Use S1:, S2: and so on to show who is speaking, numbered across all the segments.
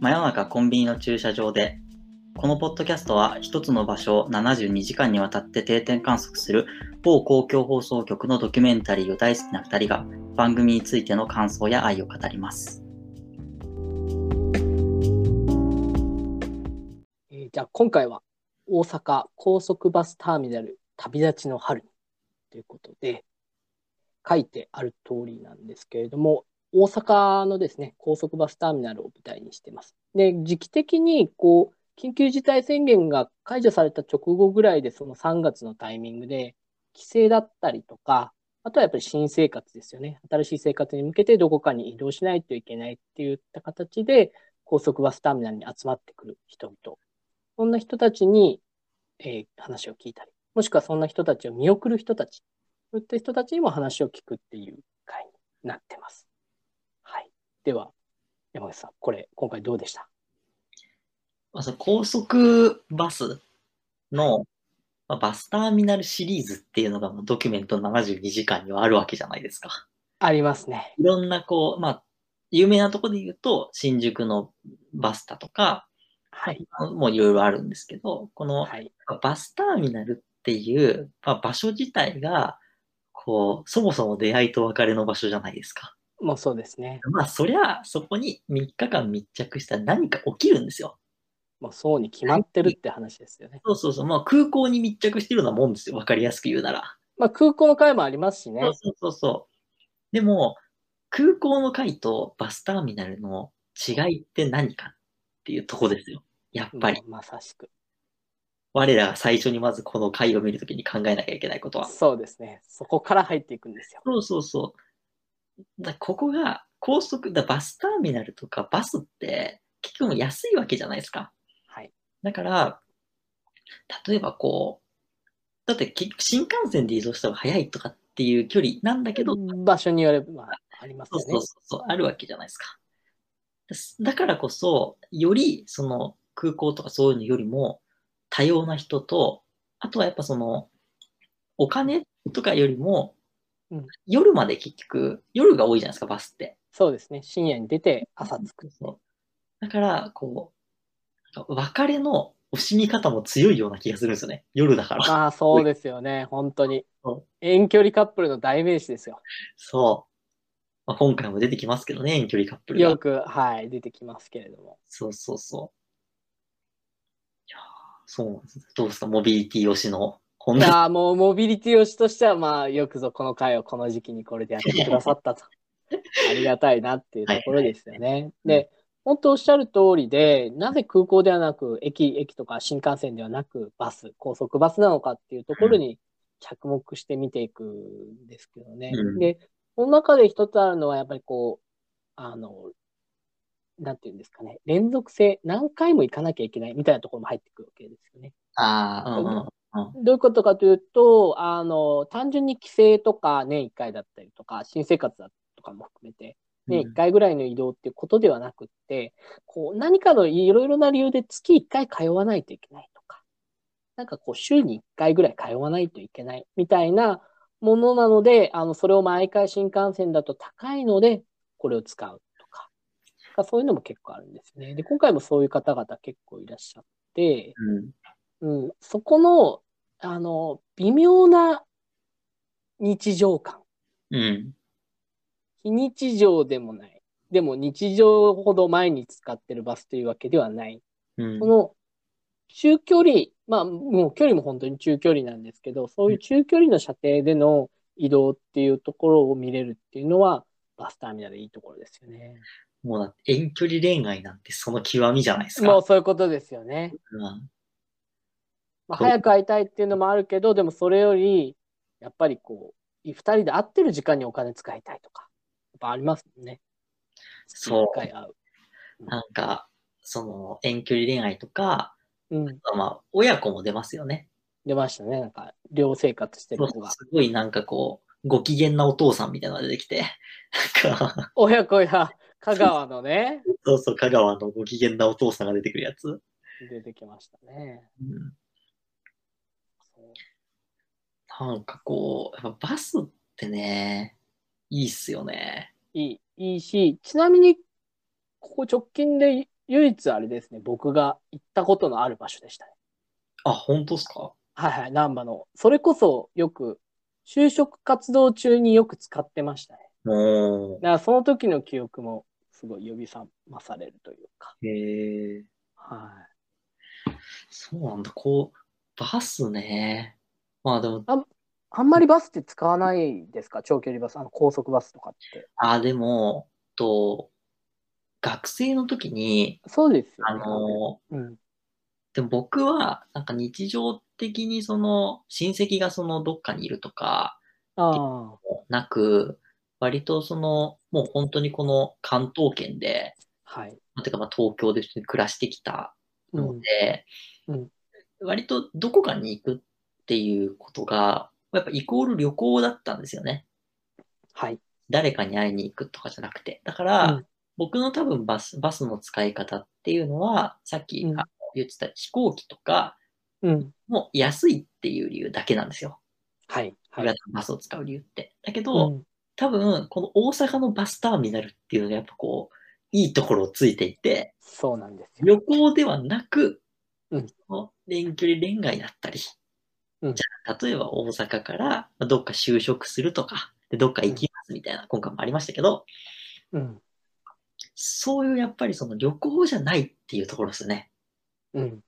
S1: 真夜中コンビニの駐車場でこのポッドキャストは一つの場所を72時間にわたって定点観測する某公共放送局のドキュメンタリーを大好きな2人が番組についての感想や愛を語ります。
S2: えーじゃあ今回は大阪高速バスターミナル旅立ちの春にということで書いてある通りなんですけれども大阪のですね高速バスターミナルを舞台にしてます。で時期的にこう緊急事態宣言が解除された直後ぐらいでその3月のタイミングで帰省だったりとかあとはやっぱり新生活ですよね新しい生活に向けてどこかに移動しないといけないっていった形で高速バスターミナルに集まってくる人々そんな人たちに、えー話を聞いたり、もしくはそんな人たちを見送る人たち、そういった人たちにも話を聞くっていう回になってます。はい。では、山口さん、これ、今回どうでした
S1: まあその高速バスのまあバスターミナルシリーズっていうのがもうドキュメント72時間にはあるわけじゃないですか。
S2: ありますね。
S1: いろんなこう、まあ、有名なとこで言うと新宿のバスタとか、
S2: はい。
S1: もういろいろあるんですけど、この
S2: はい。
S1: バスターミナルっていう、まあ、場所自体が、こう、そもそも出会いと別れの場所じゃないですか。
S2: もうそうですね。
S1: まあ、そりゃ、そこに3日間密着したら何か起きるんですよ。
S2: もうそうに決まってるって話ですよね。
S1: そうそうそう。まあ、空港に密着してるようなもんですよ。わかりやすく言うなら。
S2: まあ、空港の回もありますしね
S1: そ。うそうそうそう。でも、空港の階とバスターミナルの違いって何かっていうとこですよ。やっぱり、
S2: まあまさしく。
S1: 我らが最初にまずこの階を見るときに考えなきゃいけないことは。
S2: そうですね。そこから入っていくんですよ。
S1: そうそうそう。だここが高速だ、バスターミナルとかバスって結局安いわけじゃないですか。
S2: はい。
S1: だから、例えばこう、だって結局新幹線で移動した方が早いとかっていう距離なんだけど、
S2: 場所によれば、あります
S1: そう
S2: よ
S1: そ
S2: ね
S1: う。そうそう、あるわけじゃないですか。ですだからこそ、よりその空港とかそういうのよりも多様な人と、あとはやっぱそのお金とかよりも、
S2: うん
S1: 夜まで結局、夜が多いじゃないですか、バスって。
S2: そうですね。深夜に出て、朝着く。
S1: そうだから、こう、なんか別れの惜しみ方も強いような気がするんですよね。夜だから。
S2: まあそうですよね、本当に
S1: そ。
S2: 遠距離カップルの代名詞ですよ。
S1: そう。まあ、今回も出てきますけどね、遠距離カップル
S2: よ
S1: が。
S2: く、はい、出てきますけれども。
S1: そうそうそう。いやーそうなんですね。どうですか、モビリティ推しの本
S2: い
S1: 題。
S2: やーもうモビリティ推しとしては、まあよくぞこの回をこの時期にこれでやってくだ さったと。ありがたいなっていうところですよね。で、本当おっしゃる通りで、なぜ空港ではなく、駅、駅とか新幹線ではなく、バス、高速バスなのかっていうところに着目して見ていくんですけどね。
S1: うん
S2: で、その中で一つあるのは、やっぱりこう、あの、なんていうんですかね、連続性、何回も行かなきゃいけないみたいなところも入ってくるわけですよね。
S1: ああ、うんうん。
S2: どういうことかというと、あの、単純に帰省とか年1回だったりとか、新生活だとかも含めて、年1回ぐらいの移動っていうことではなくって、こう、何かのいろいろな理由で月1回通わないといけないとか、なんかこう、週に1回ぐらい通わないといけないみたいなものなので、あの、それを毎回新幹線だと高いので、これを使うとか、なんかそういうのも結構あるんですね。で、今回もそういう方々結構いらっしゃって、
S1: うん
S2: うん、そこの、あの、微妙な日常感。
S1: うん。
S2: 非日常でもない。でも日常ほど毎日使ってるバスというわけではない。
S1: うん。
S2: この中距離、まあもう距離も本当に中距離なんですけど、そういう中距離の射程での移動っていうところを見れるっていうのは、バスターミナルいいところですよね。
S1: もうだって遠距離恋愛なんてその極みじゃないですか。
S2: もうそういうことですよね。
S1: うん
S2: まあ、
S1: そう
S2: 早く会いたいっていうのもあるけど、でもそれより、やっぱりこう、2人で会ってる時間にお金使いたいとか、やっぱありますもんね。
S1: そう
S2: 一回会う。
S1: なんか、その遠距離恋愛とか、
S2: うん。
S1: まあ、親子も出ますよね。
S2: 出ましたね。なんか、寮生活してる子が
S1: す。ごいなんかこう、ご機嫌なお父さんみたいなのが出てきて、なんか、
S2: 親子や香川のね、
S1: そうそう、香川のご機嫌なお父さんが出てくるやつ。
S2: 出てきましたね。
S1: うん
S2: そう
S1: なんかこう、やっぱバスってね、いいっすよね。
S2: いい、いいし、ちなみに、ここ直近で唯一あれですね、僕が行ったことのある場所でしたね。
S1: あ、本当ですか
S2: はいはい、難波の。それこそよく、就職活動中によく使ってましたね。
S1: お
S2: だからその時の記憶もすごい呼び覚まされるというか。
S1: ー。へえ。
S2: はい。
S1: そうなんだ。こう、バスね。まあでも、
S2: あんまりバスって使わないですか長距離バス、あの高速バスとかって。
S1: あ、でも、と、学生の時に、
S2: そうですよ
S1: あ
S2: ね。
S1: の、
S2: うん。
S1: でも僕は、なんか日常的にその、親戚がその、どっかにいるとか、
S2: あ
S1: なく、割とその、もう本当にこの関東圏で、
S2: あ、はい。
S1: てかまあ東京で普通に暮らしてきた
S2: う
S1: の
S2: ん。
S1: で、
S2: うん
S1: 割とどこかに行くっていうことが、やっぱイコール旅行だったんですよね。
S2: はい。
S1: 誰かに会いに行くとかじゃなくて。だから、
S2: うん
S1: 僕の多分バスバスの使い方っていうのは、さっき
S2: うん
S1: あの言ってた飛行機とか
S2: うん。
S1: も安いっていう理由だけなんですよ。
S2: はい。は
S1: 僕が
S2: い。
S1: バスを使う理由って。だけど、
S2: うん
S1: 多分、この大阪のバスターミナルっていうのがやっぱこう、いいところをついていて、
S2: そうなんですよ。
S1: 旅行ではなく、
S2: うん
S1: その遠距離恋愛だったり、
S2: うん
S1: じゃあ、例えば大阪からまあどっか就職するとか、でどっか行きますみたいな、今回もありましたけど、
S2: うん。
S1: そういうやっぱりその旅行じゃないっていうところですね、
S2: うん。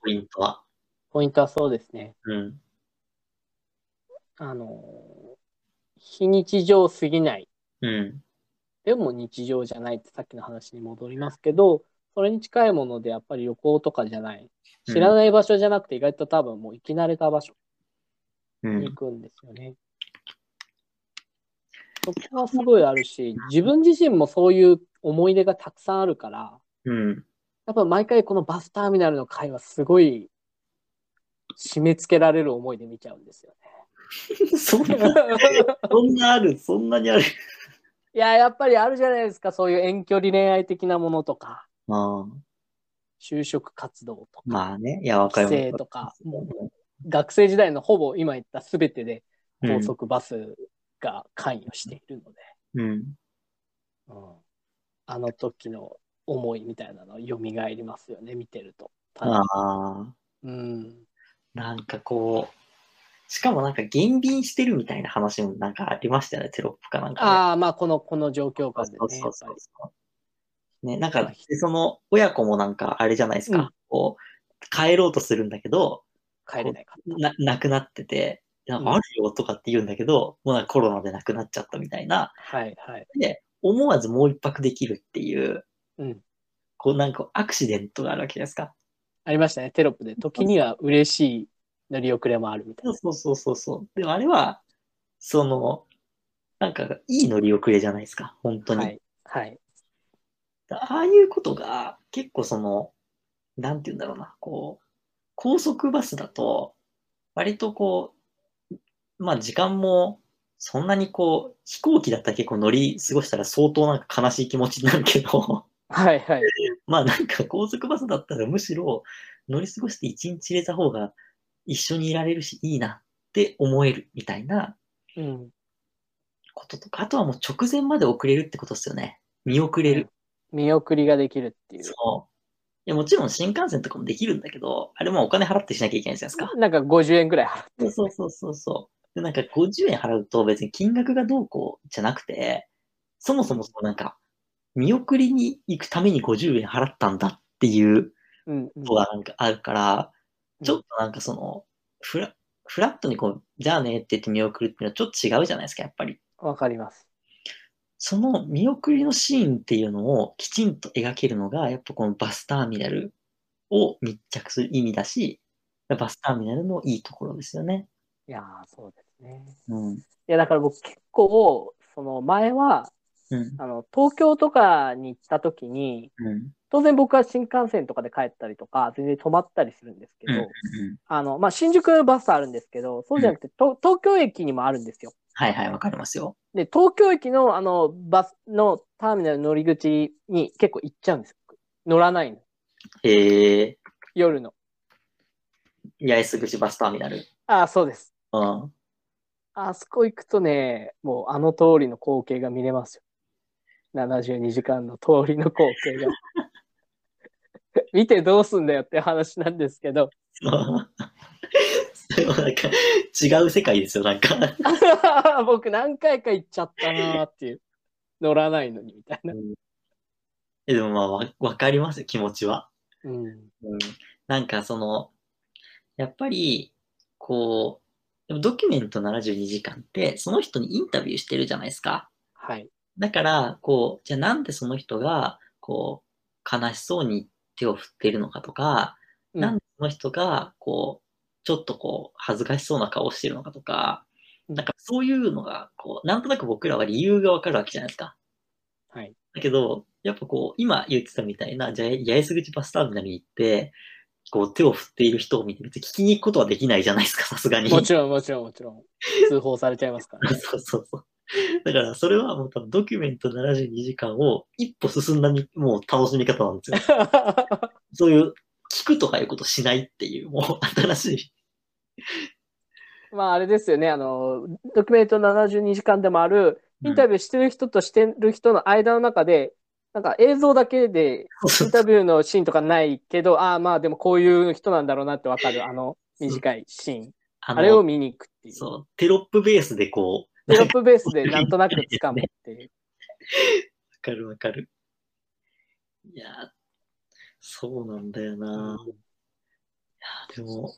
S1: ポイントは。
S2: ポイントはそうですね。
S1: うん。
S2: あのー非日常すぎない。
S1: うん。
S2: でも日常じゃないってさっきの話に戻りますけど、それに近いものでやっぱり旅行とかじゃない。知らない場所じゃなくて意外と多分もう行き慣れた場所
S1: う
S2: に行
S1: ん。
S2: くんですよね。そこはすごいあるし、自分自身もそういう思い出がたくさんあるから、
S1: うん。
S2: やっぱ毎回このバスターミナルの会はすごい締め付けられる思いで見ちゃうんですよね。
S1: そんな、 そんなある、そんな にある。
S2: いや、やっぱりあるじゃないですか、そういう遠距離恋愛的なものとか、
S1: ああ
S2: 就職活動とか、
S1: まあね、いや、わかり
S2: 帰
S1: ます
S2: 省とか、学生時代のほぼ今言った全てで
S1: うん
S2: 高速バスが関与しているので、
S1: うん。
S2: うんあの時の思いみたいなの蘇りますよね、見てると。
S1: ああ、
S2: うん、
S1: なんかこう、しかもなんか減便してるみたいな話もなんかありましたよね、テロップかなんか、
S2: ああ、まあこの、この状況
S1: ね。
S2: 下でね
S1: そう、そう
S2: やっ
S1: そ
S2: ぱ
S1: う
S2: り。
S1: そう。ね、なんか、でその親子もなんかあれじゃないですか、
S2: うん
S1: こう、帰ろうとするんだけど、
S2: 帰れないか
S1: な、なくなってて、なんかあるよとかって言うんだけど、もうなんかコロナでなくなっちゃったみたいな。
S2: ら。はいはい。
S1: で、思わずもう一泊できるっていう、
S2: うん。
S1: こうなんかアクシデントがあるわけじゃないですか。
S2: ありましたね、テロップで。時には嬉しい乗り遅れもあるみたいな。
S1: そうそうそうそう。でもあれは、その、なんかいい乗り遅れじゃないですか、本当に。
S2: はい。はい。
S1: ああいうことが結構その、なんて言うんだろうな、こう、高速バスだと、割とこう、まあ時間もそんなにこう、飛行機だったら結構乗り過ごしたら相当なんか悲しい気持ちになるけど、
S2: はいはい。
S1: まあなんか高速バスだったらむしろ乗り過ごして一日入れた方が一緒にいられるしいいなって思えるみたいな
S2: うん。
S1: こととか、あとはもう直前まで遅れるってことですよね。見遅れる。
S2: 見送りができるっていう。
S1: そう。いや、もちろん新幹線とかもできるんだけど、あれもお金払ってしなきゃいけないじゃないですか。
S2: なんか50円ぐらい払っ
S1: そうそうそうそうそう。で、なんか50円払うと別に金額がどうこうじゃなくて、そもそもそのなんか、見送りに行くために50円払ったんだっていう
S2: うんうん
S1: のがなんかあるから、
S2: うん
S1: ちょっとなんかその、フラフラットにこう、じゃあねって言って見送るっていうのはちょっと違うじゃないですか、やっぱり。
S2: わかります。
S1: その見送りのシーンっていうのをきちんと描けるのが、やっぱこのバスターミナルを密着する意味だし、バスターミナルのいいところですよね。
S2: いやーそうですね。
S1: うん。
S2: いや、だから僕結構、その前は、
S1: うん。
S2: あの、東京とかに行った時に、
S1: うん。
S2: 当然僕は新幹線とかで帰ったりとか、全然泊まったりするんですけ
S1: うん。う
S2: ど、
S1: ん
S2: あの、まあ、新宿バスあるんですけど、そうじゃなくて、と東京駅にもあるんですよ。
S1: はいはい、わかりますよ。
S2: で、東京駅のあの、バスのターミナル乗り口に結構行っちゃうんですよ。乗らないの。
S1: へえ
S2: 夜の。
S1: ー、八重洲口バスターミナル。
S2: ああ、そうです。
S1: うん。
S2: あそこ行くとね、もうあの通りの光景が見れますよ。72時間の通りの光景が。て、 見てどうすんだよって話なんですけど。
S1: そう それはなんか、違う世界ですよ、なんか。
S2: 僕何回か行っちゃったなーっていう。乗らないのにみたいな。
S1: えでもまあ、わわかりますよ、気持ちは。
S2: うん。
S1: うんなんかその、やっぱり、こう、でもドキュメント72時間って、その人にインタビューしてるじゃないですか。
S2: はい。
S1: だから、こう、じゃあなんでその人が、こう、悲しそうに手を振っているのかとか、
S2: うん
S1: なんでその人が、こう、ちょっとこう、恥ずかしそうな顔をしてるのかとか、
S2: うん
S1: なんかそういうのが、こう、なんとなく僕らは理由がわかるわけじゃないですか。
S2: はい。
S1: だけど、やっぱこう、今言ってたみたいな、じゃあ、八重洲口バスターミナルに行って、こう、手を振っている人を見て、別に聞きに行くことはできないじゃないですか、さすがに。
S2: もちろん、もちろん、もちろん。通報されちゃいますからね。
S1: そうそうそう。だから、それはもう多分ドキュメント72時間を一歩進んだみ、もう楽しみ方なんですよ。そういう、聞くとかいうことしないっていう、もう新しい。
S2: まあ、あれですよね。あの、ドキュメント72時間でもある、インタビューしてる人としてる人の間の中で、なんか映像だけでインタビューのシーンとかないけど、ああ、まあでもこういう人なんだろうなってわかる、あの短いシーン。
S1: あの
S2: あれを見に行くっていう。
S1: そう、テロップベースでこう、
S2: テロップベースでなんとなく掴むっていう。
S1: わかるわかる。いやー、そうなんだよな。いやーでも、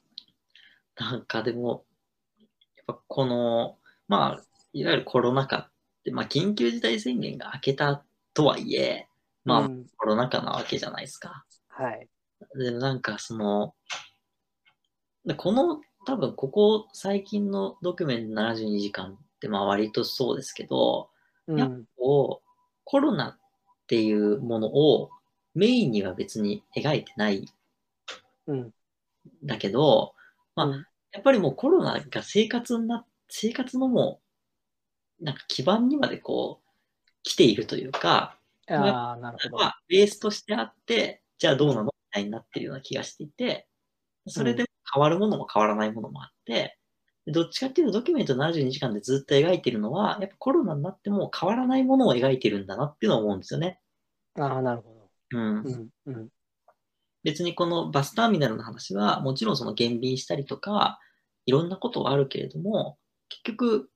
S1: なんかでも、やっぱこの、まあ、いわゆるコロナ禍って、まあ、緊急事態宣言が明けたとはいえ、 まあ、
S2: うん
S1: コロナ禍なわけじゃないですか。
S2: はい。
S1: でもなんかその、でこの多分ここ最近のドキュメント72時間ってまあ割とそうですけど、
S2: うん。
S1: をコロナっていうものをメインには別に描いてないん
S2: うん。
S1: だけど、まあ
S2: うん
S1: やっぱりもうコロナが生活にな、生活のもう、なんか基盤にまでこう、来ているというか、
S2: ああ、なるほ
S1: ま
S2: ど。
S1: あ、ベースとしてあって、じゃあどうなのみたいになってるような気がしていて、それで変わるものも変わらないものもあって、でどっちかっていうとドキュメント72時間でずっと描いてるのは、やっぱコロナになっても変わらないものを描いてるんだなっていうのは思うんですよね。
S2: ああ、なるほ
S1: うん
S2: ど。うん。うん。
S1: 別にこのバスターミナルの話は、もちろんその減便したりとか、いろんなことはあるけれども、結局、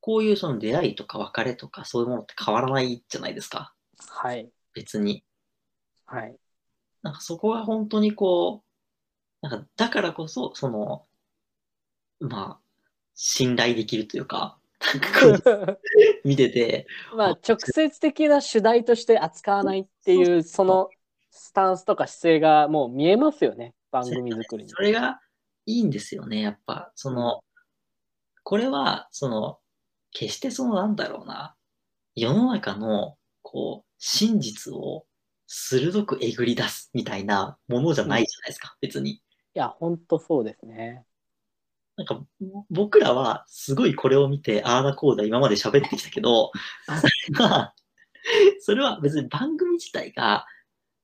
S1: こういうその出会いとか別れとかそういうものって変わらないじゃないですか。
S2: はい。
S1: 別に。
S2: はい。
S1: なんかそこが本当にこう、なんかだからこそ、その、まあ、信頼できるというか、なんか こう見てて、
S2: まあ、直接的な主題として扱わないっていう、そのスタンスとか姿勢がもう見えますよね。番組作りに
S1: そ。れがいいんですよね、やっぱ。その、これは、その、決してその、なんだろうな、世の中の、こう、真実を鋭くえぐり出すみたいなものじゃないじゃないですか、別に。
S2: いや、ほんとそうですね。
S1: なんか、僕らは、すごいこれを見て、ああだこうだ、今まで喋ってきたけど、 それはそれは別に番組自体が、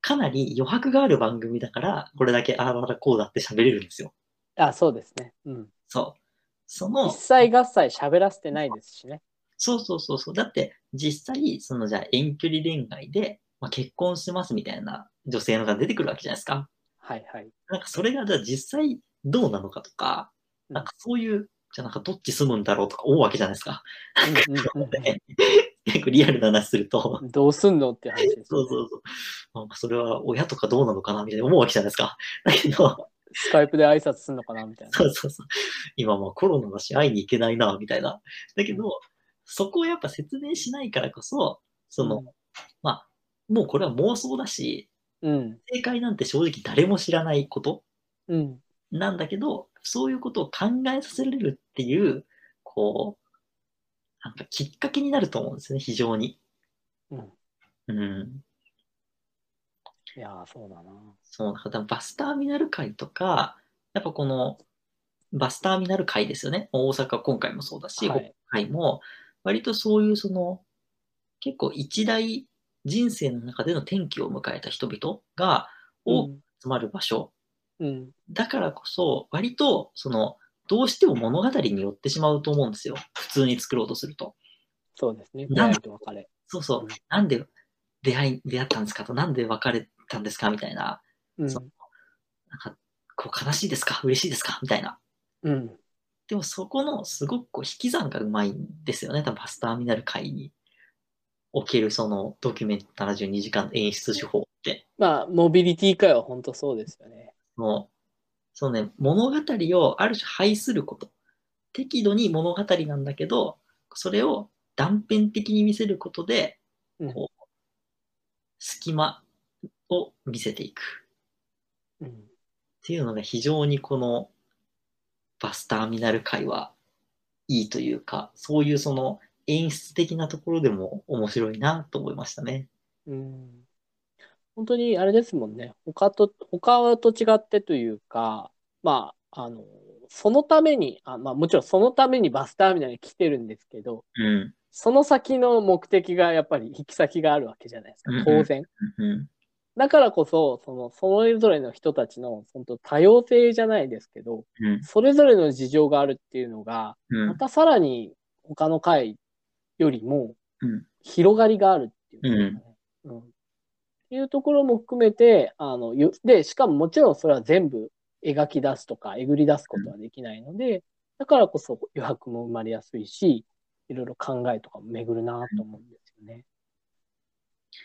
S1: かなり余白がある番組だから、これだけああだこうだって喋れるんですよ。
S2: あ、そうですね。うん。
S1: そう。そ
S2: 一
S1: の、
S2: 切合切喋らせてないですしね。
S1: そうそうそうそう。だって、実際、そのじゃあ遠距離恋愛で、まあ、結婚してますみたいな女性のが出てくるわけじゃないですか。
S2: はいはい。
S1: なんかそれがじゃあ実際どうなのかとか、
S2: うん
S1: なんかそういう、じゃあなんかどっち住むんだろうとか思うわけじゃないですか。
S2: うんうんうん
S1: ね結構リアルな話すると。
S2: どうすんのっていう話です、ね。
S1: そうそうそう。なんかそれは親とかどうなのかなみたいな思うわけじゃないですか。だけど、
S2: スカイプで挨拶するのかなみたいな。
S1: そうそうそう。今もうコロナだし会いに行けないな、みたいな。だけど、そこをやっぱ説明しないからこそ、その、もうこれは妄想だし、
S2: うん。
S1: 正解なんて正直誰も知らないこと
S2: うん。
S1: なんだけど、そういうことを考えさせられるっていう、こう、なんかきっかけになると思うんですね、非常に。
S2: うん。
S1: うん。
S2: いやー、そうだな。
S1: そう、だからバスターミナル会とか、やっぱこの、バスターミナル会ですよね。大阪今回もそうだし、
S2: はい。
S1: 回も、割とそういうその、結構一大人生の中での転機を迎えた人々が多く集まる場所
S2: うん。
S1: だからこそ、割と、その、どうしても物語に寄ってしまうと思うんですよ。普通に作ろうとすると。
S2: そうですね。出
S1: なん
S2: 会いと別れ。。
S1: そうそううんなんで出会い、出会ったんですかと、なんで別れたんですかみたいな。
S2: うん
S1: そなんか、こう悲しいですか嬉しいですかみたいな。
S2: うん。
S1: でもそこのすごくこう引き算がうまいんですよね。多分バスターミナル会におけるそのドキュメント72時間演出手法って。
S2: まあ、モビリティ界は本当そうですよね。
S1: もう、そのね、物語をある種排すること。適度に物語なんだけど、それを断片的に見せることで、
S2: うん
S1: こう、隙間を見せていく。
S2: うん。
S1: っていうのが非常にこのバスターミナル界はいいというか、そういうその演出的なところでも面白いなと思いましたね。
S2: うん。本当にあれですもんね。他と、他と違ってというか、まあ、あの、そのために、あ、まあもちろんそのためにバスターミナルに来てるんですけど、
S1: うん。
S2: その先の目的がやっぱり行き先があるわけじゃないですか
S1: うんうん、
S2: 当然。
S1: うん。
S2: だからこそ、その、それぞれの人たちの、本当多様性じゃないですけど、
S1: うん。
S2: それぞれの事情があるっていうのが、
S1: うん。
S2: またさらに他の回よりも
S1: うん
S2: 広がりがあるっていうかね、うんっていうところも含めて、あの、よで、しかももちろんそれは全部描き出すとか、えぐり出すことはできないので、だからこそ余白も生まれやすいし、いろいろ考えとかも巡るなと思うんですよね。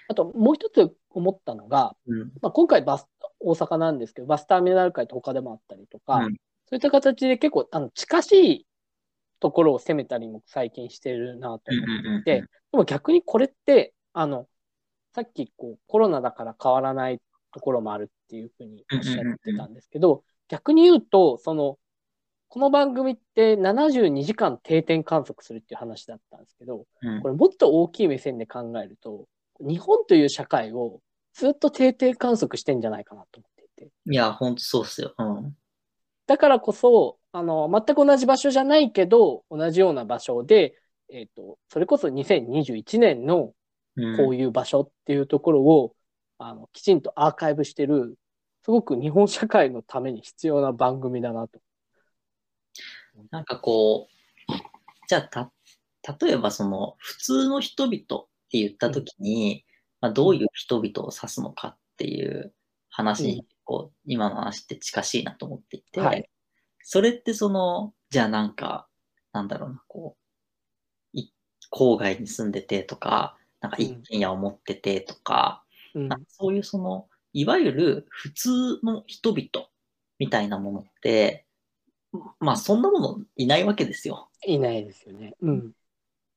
S2: あと、もう一つ思ったのが、
S1: うん。
S2: まあ、今回バス、大阪なんですけど、バスターミナル会って他でもあったりとか、
S1: うん
S2: そういった形で結構あの近しいところを攻めたりも最近してるなと
S1: うん。
S2: 思
S1: うん。
S2: って、でも逆にこれって、あの、さっきこうコロナだから変わらないところもあるっていうふうにおっしゃってたんですけど、逆に言うと、その、この番組って72時間定点観測するっていう話だったんですけど、
S1: うん
S2: これもっと大きい目線で考えると、日本という社会をずっと定点観測してんじゃないかなと思っていて。
S1: いや、ほんとそうっすよ。うん。
S2: だからこそ、あの、全く同じ場所じゃないけど、同じような場所で、えっ、と、それこそ2021年の
S1: うん、
S2: こういう場所っていうところを、あの、きちんとアーカイブしてる、すごく日本社会のために必要な番組だなと。
S1: なんかこう、じゃあた、例えばその普通の人々って言ったときに、まあ、どういう人々を指すのかっていう話
S2: う
S1: に、こう、今の話って近しいなと思っていて、
S2: はい
S1: それってその、じゃあなんか、なんだろうな、こう、い郊外に住んでてとか、なんか一軒家を持っててとか、
S2: うん
S1: なんかそういうその、いわゆる普通の人々みたいなものって、まあそんなものいないわけですよ。
S2: いないですよね。うん。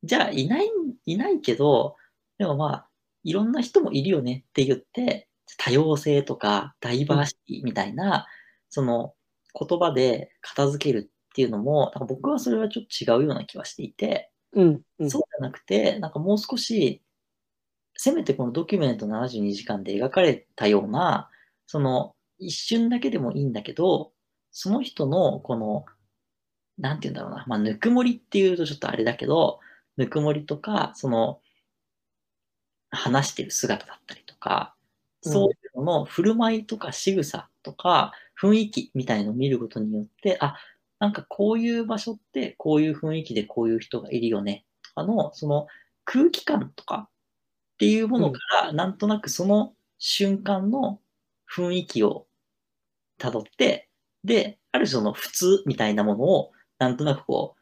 S1: じゃあいない、いないけど、でもまあ、いろんな人もいるよねって言って、多様性とかダイバーシティみたいな、その言葉で片付けるっていうのも、なんか僕はそれはちょっと違うような気はしていて、
S2: うん。うん
S1: そうじゃなくて、なんかもう少し、せめてこのドキュメント72時間で描かれたような、その一瞬だけでもいいんだけど、その人のこの、なんて言うんだろうな、まあ、ぬくもりっていうとちょっとあれだけど、ぬくもりとか、その、話してる姿だったりとか、
S2: うん
S1: そういうのの振る舞いとか仕草とか雰囲気みたいのを見ることによって、あ、なんかこういう場所ってこういう雰囲気でこういう人がいるよねとかの、その空気感とかっていうものから、なんとなくその瞬間の雰囲気をたどって、で、ある種その普通みたいなものを、なんとなくこ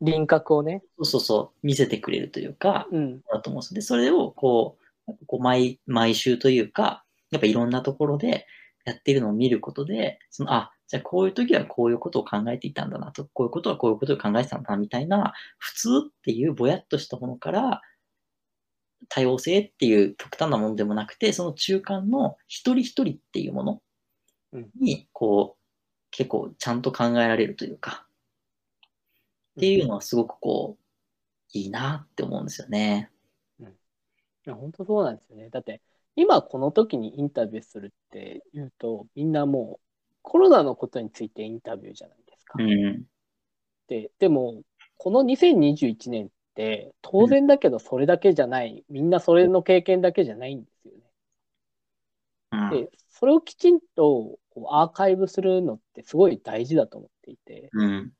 S2: 輪郭をね。
S1: う、そうそうそう、見せてくれるというか、
S2: うん。
S1: だと思うんです。で、それをこう、こう毎毎週というか、やっぱいろんなところでやってるのを見ることで、その、あ、じゃあこういう時はこういうことを考えていたんだなと、こういうことはこういうことを考えてたんだな、みたいな、普通っていうぼやっとしたものから、多様性っていう極端なものでもなくて、その中間の一人一人っていうもの
S2: うん
S1: に、こう、結構ちゃんと考えられるというか、っていうのはすごくこう、いいなって思うんですよね。
S2: いや本当そうなんですよね。だって、今この時にインタビューするって言うと、みんなもうコロナのことについてインタビューじゃないですか。
S1: うん。
S2: ででも、この2021年って、当然だけどそれだけじゃない、みんなそれの経験だけじゃないんですよね。
S1: うん
S2: で、それをきちんとこうアーカイブするのってすごい大事だと思っていて、
S1: うん。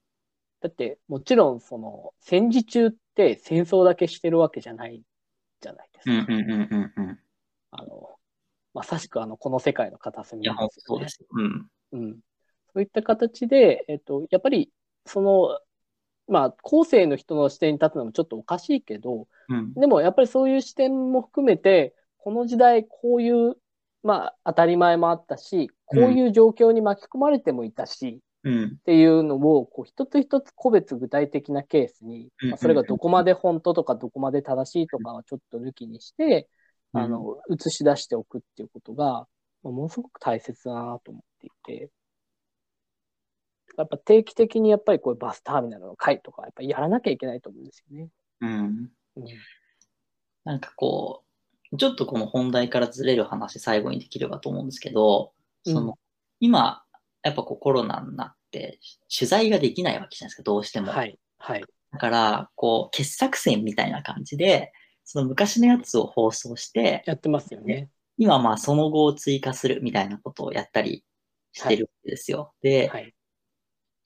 S2: だってもちろんその戦時中って戦争だけしてるわけじゃないじゃないです
S1: うん
S2: か。
S1: うんうんうんうん。
S2: あの、まさしくあのこの世界の片隅
S1: いや、
S2: な
S1: 本
S2: んです
S1: 当そ
S2: よ
S1: う
S2: ね
S1: で。すよ。うん。
S2: うん、そういった形で、えっと、やっぱりその、まあ、後世の人の視点に立つのもちょっとおかしいけど、
S1: うん。
S2: でもやっぱりそういう視点も含めて、この時代、こういう、まあ、当たり前もあったし、こういう状況に巻き込まれてもいたし、っ
S1: うん。
S2: ていうのを、こう、一つ一つ個別具体的なケースに、
S1: うん
S2: まあそれがどこまで本当とか、どこまで正しいとかはちょっと抜きにして、
S1: うん
S2: あの、映し出しておくっていうことが、まあものすごく大切だなと思っていて、やっぱ定期的にやっぱりこういうバスターミナルの会とか、やっぱりやらなきゃいけないと思うんですよね。
S1: うん。
S2: うん
S1: なんかこう、ちょっとこの本題からずれる話、最後にできればと思うんですけど、その、
S2: うん
S1: 今、やっぱこうコロナになって、取材ができないわけじゃないですか、どうしても。
S2: はい、はい。
S1: だから、こう、傑作選みたいな感じで、その昔のやつを放送して、
S2: やってますよね。
S1: 今まあその後を追加するみたいなことをやったりしてるんですよ。で、
S2: はい。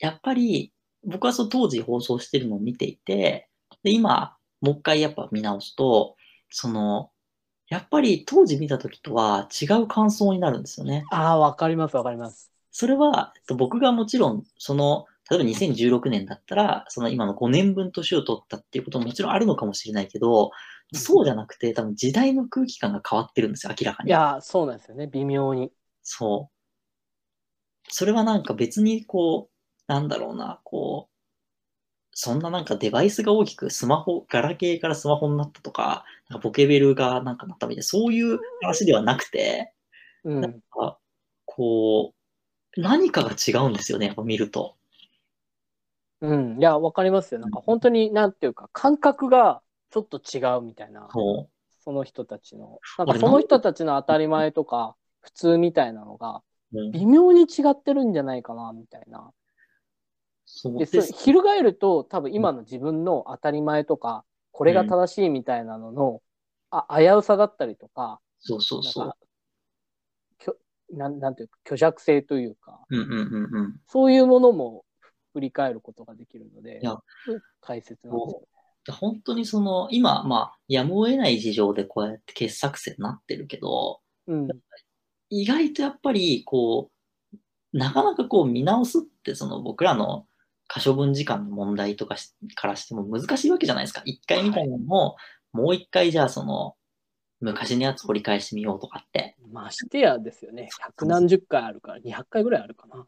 S1: やっぱり僕はその当時放送してるのを見ていて、で今、もう一回やっぱ見直すと、その、やっぱり当時見た時とは違う感想になるんですよね。
S2: ああ、わかります、わかります。
S1: それは、えっと僕がもちろん、その、例えば2016年だったら、その今の5年分年を取ったっていうことももちろんあるのかもしれないけど、そうじゃなくて、多分時代の空気感が変わってるんですよ、明らか
S2: い
S1: に。
S2: やー、そうなんですよね、微妙に。
S1: そう。それはなんか別にこう、なんだろうな、こう、そんななんかデバイスが大きくスマホ、ガラケーからスマホになったとか、なんかポケベルがなんかなったみたいな、そういう話ではなくて、
S2: うん。
S1: あこう、何かが違うんですよね、やっぱ見ると。
S2: うん。いや、わかりますよ。なんか本当に、なんていうか、感覚がちょっと違うみたいな、
S1: そ
S2: その人たちの。なんか
S1: あれ
S2: その人たちの当たり前とか、普通みたいなのが、
S1: う。うん
S2: 微妙に違ってるんじゃないかな、みたいな。
S1: そうで
S2: で、それ
S1: す。
S2: 翻ると、多分今の自分の当たり前とか、これが正しいみたいなのの、あ危うさだったりとか、
S1: そうそう
S2: なん
S1: そう
S2: か。きょなんなんていうか、虚弱性というか、
S1: うんうんうんうん。
S2: そういうものも振り返ることができるので
S1: いや、
S2: 解説なんですよ。
S1: 本当にその、今、まあ、やむを得ない事情でこうやって傑作選になってるけど、
S2: うん、
S1: 意外とやっぱりこうなかなかこう見直すってその僕らの可処分時間の問題とかしからしても難しいわけじゃないですか。一回見たのも、もう一回じゃあその昔のやつ掘り返してみようとかって。
S2: ましてやですよね。百何十回あるから、200回ぐらいあるかな。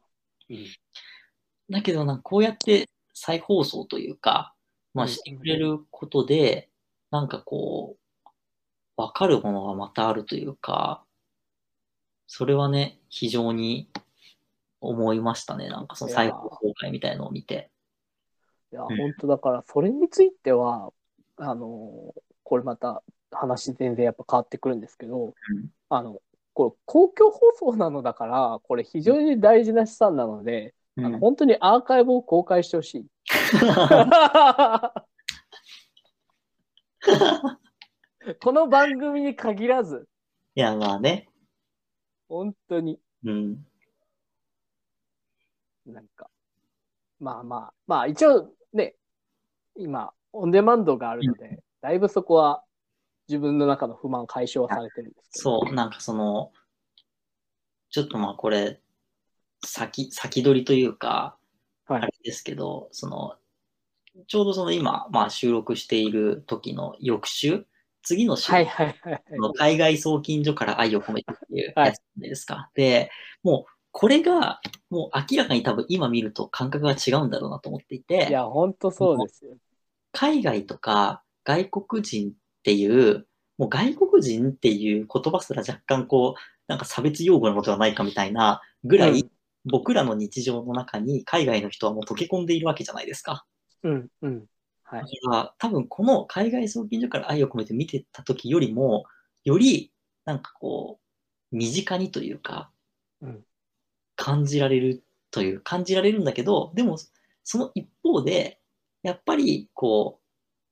S1: だけどなんかこうやって再放送というか、まあ
S2: うん
S1: してくれることで、なんかこう、わかるものがまたあるというか、それはね、非常に思いましたね。なんかその再放送会みたいのを見て。
S2: いや、
S1: ん
S2: 本当だから、それについては、あのーこれまた話全然やっぱ変わってくるんですけど、
S1: ん
S2: あの、これ公共放送なのだから、これ非常に大事な資産なので、あの本当にアーカイブを公開してほ しい。 この番組に限らず、
S1: いや、まあね。
S2: 本当に、
S1: うん。
S2: なんか、まあまあ、まあ一応ね、今、オンデマンドがあるので、だいぶそこは自分の中の不満解消はされてるんですけど。
S1: そう、なんかその、ちょっとまあこれ、先、先取りというか、
S2: はい
S1: あれですけど、その、ちょうどその今、まあ収録している時の翌週、次の週、
S2: はいはいはいはい。
S1: の海外送金所から愛を込めてっていうやつじゃないですか。で、もう、これが、もう明らかに多分今見ると感覚が違うんだろうなと思っていて。
S2: いや、本当そうですよ。
S1: 海外とか外国人っていう、もう外国人っていう言葉すら若干こう、なんか差別用語なのではないかみたいなぐらい、
S2: うん
S1: 僕らの日常の中に海外の人はもう溶け込んでいるわけじゃないですか。
S2: うん、うん。はい
S1: だ。から多分この海外送金所から愛を込めて見てた時よりも、よりなんかこう、身近にというか、
S2: うん
S1: 感じられるという、感じられるんだけど、でもその一方で、やっぱりこう、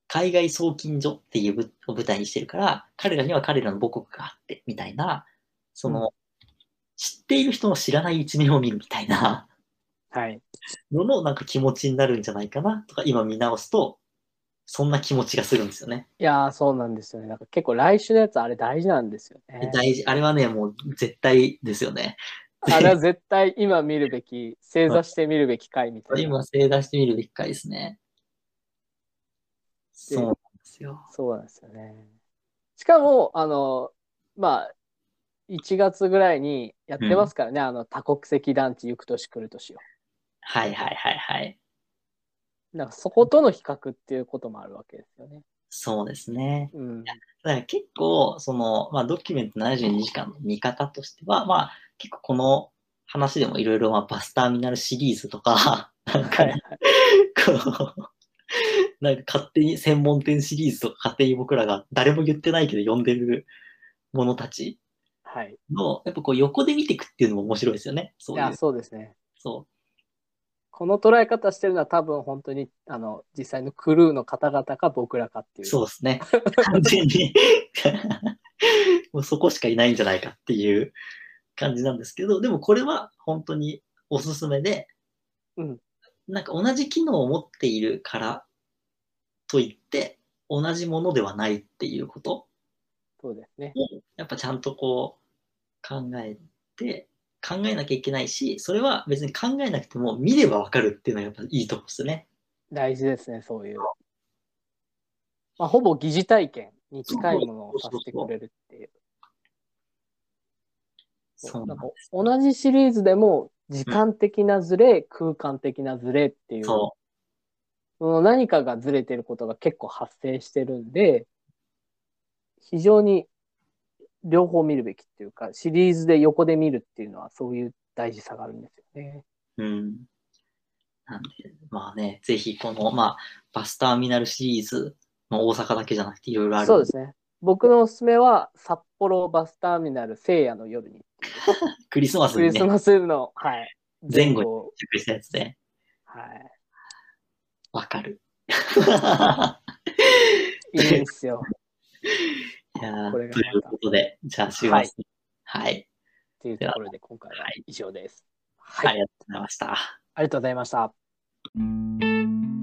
S1: 海外送金所っていうぶを舞台にしてるから、彼らには彼らの母国があって、みたいな、その、
S2: う
S1: 知っている人の知らない一面を見るみたいな
S2: はい。
S1: ののなんか気持ちになるんじゃないかなとか、今見直すとそんな気持ちがするんですよね。
S2: いやー、そうなんですよね。なんか結構来週のやつ、あれ大事なんですよね。
S1: 大事、あれはね、もう絶対ですよね。
S2: あれは絶対今見るべき、正座して見るべき回みたいな。
S1: 今、正座してみるべき回ですね。そうなんですよ。
S2: そうなんですよね。しかも、あの、まあ、1月ぐらいにやってますからね、あの、多国籍団地、行く年来る年を。
S1: はいはいはいはい。
S2: なんかそことの比較っていうこともあるわけですよね。
S1: そうですね。
S2: うん。
S1: だから結構、その、まあ、ドキュメント72時間の見方としては、まあ、結構この話でもいろいろ、まあ、バスターミナルシリーズとか、なんか
S2: は
S1: ね、
S2: い。
S1: こう、 なんか勝手に専門店シリーズとか勝手に僕らが誰も言ってないけど読んでるものたち
S2: はい。
S1: の、やっぱこう横で見ていくっていうのも面白いですよね。
S2: い
S1: そうい
S2: や、
S1: う。
S2: そうですね。
S1: そ。
S2: この捉え方してるのは多分本当に、あの、実際のクルーの方々か僕らかっていうう。
S1: そう ですね。完全に。もうそこしかいないんじゃないかっていう感じなんですけど、でもこれは本当におすすめで、
S2: うん
S1: なんか同じ機能を持っているからといって、同じものではないっていうこと。
S2: そうですね。
S1: やっぱちゃんとこう考えて考えなきゃいけないしそれは別に考えなくても見ればわかるっていうのがやっぱいいとこですね。
S2: 大事ですね、そういう。まあ、ほぼ疑似体験に近いものをさせてくれるっていう。
S1: そうな
S2: な
S1: んん
S2: か同じシリーズでも、時間的なズレ、空間的なズレっていう、
S1: そ
S2: その何かがずれてることが結構発生してるんで、非常に両方見るべきっていうか、シリーズで横で見るっていうのはそういう大事さがあるんですよね。
S1: う。うん。なんで、まあね、ぜひこの、まあ、バスターミナルシリーズ、まあ、大阪だけじゃなくていろいろある。
S2: そうですね。僕のおすすめは、札幌バスターミナル聖夜の夜に。
S1: クリスマス
S2: ク
S1: に
S2: リ
S1: ね、
S2: スマスイブの、はい。
S1: 前後に
S2: を。
S1: チェックしたやつで、
S2: はい。
S1: わか る。
S2: いいんですよ。
S1: いやー
S2: これが
S1: と
S2: また
S1: いうことで、じゃあ週末に、
S2: はい
S1: はい。
S2: っていうところで今回は以上です。は
S1: あ
S2: い。
S1: りがとうございました。
S2: ありがとうございました。